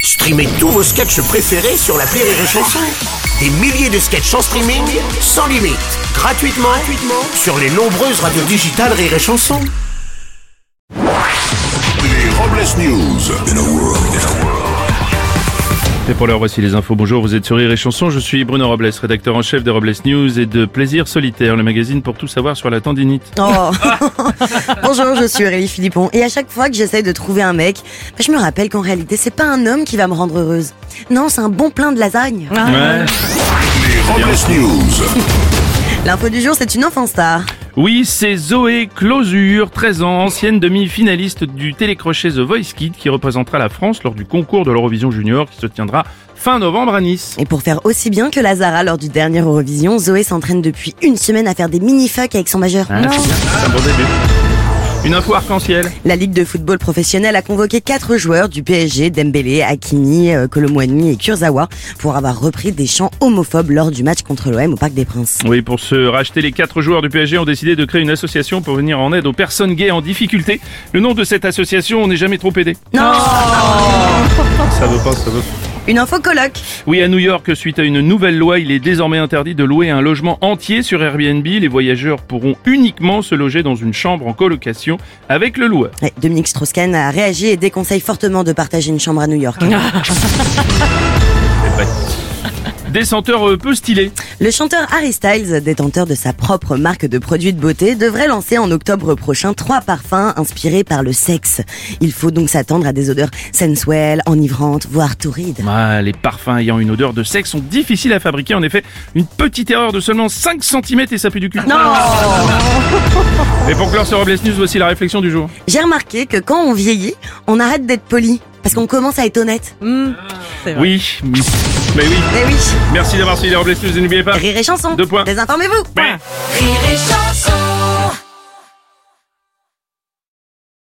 Streamez tous vos sketchs préférés sur la Rire et Chanson. Des milliers de sketchs en streaming, sans limite, gratuitement, gratuitement sur les nombreuses radios digitales Rire et Chanson. Les Robles News. In a world, in a world. Et pour l'heure, voici les infos. Bonjour, vous êtes sur Rire et Chanson. Je suis Bruno Robles, rédacteur en chef de Robles News et de Plaisir Solitaire, le magazine pour tout savoir sur la tendinite. Oh. Bonjour, je suis Aurélie Philippon et à chaque fois que j'essaye de trouver un mec, bah, je me rappelle qu'en réalité c'est pas un homme qui va me rendre heureuse. Non, c'est un bon plein de lasagne. Ouais. Les Robles News. L'info du jour, c'est une enfant star. Oui, c'est Zoé Closure, 13 ans, ancienne demi-finaliste du télécrochet The Voice Kid qui représentera la France lors du concours de l'Eurovision Junior qui se tiendra fin novembre à Nice. Et pour faire aussi bien que Lazara lors du dernier Eurovision, Zoé s'entraîne depuis une semaine à faire des mini-fucks avec son majeur. Hein, c'est bien, c'est un bon début. Une info arc-en-ciel. La Ligue de football professionnel a convoqué quatre joueurs du PSG, Dembélé, Hakimi, euh, Colomwani et Kurzawa, pour avoir repris des chants homophobes lors du match contre l'OM au Parc des Princes. Oui, pour se racheter, les quatre joueurs du PSG ont décidé de créer une association pour venir en aide aux personnes gays en difficulté. Le nom de cette association, on n'est jamais trop aidé. Non Ça veut pas, ça veut pas. Une info colloque. Oui, à New York, suite à une nouvelle loi, il est désormais interdit de louer un logement entier sur Airbnb. Les voyageurs pourront uniquement se loger dans une chambre en colocation avec le loueur. Ouais, Dominique Strauss-Kahn a réagi et déconseille fortement de partager une chambre à New York. Des senteurs euh, peu stylés. Le chanteur Harry Styles, détenteur de sa propre marque de produits de beauté, devrait lancer en octobre prochain trois parfums inspirés par le sexe. Il faut donc s'attendre à des odeurs sensuelles, enivrantes, voire torrides. Ah, les parfums ayant une odeur de sexe sont difficiles à fabriquer. En effet, une petite erreur de seulement 5 cm et ça pue du cul. Et pour clore ce Robles News, voici la réflexion du jour. J'ai remarqué que quand on vieillit, on arrête d'être poli, parce qu'on commence à être honnête. Oui, mais mais oui. Eh oui, Merci d'avoir suivi les Robles News et n'oubliez pas... rire et chanson. Deux points. Désinformez-vous. Mais- Rire et chanson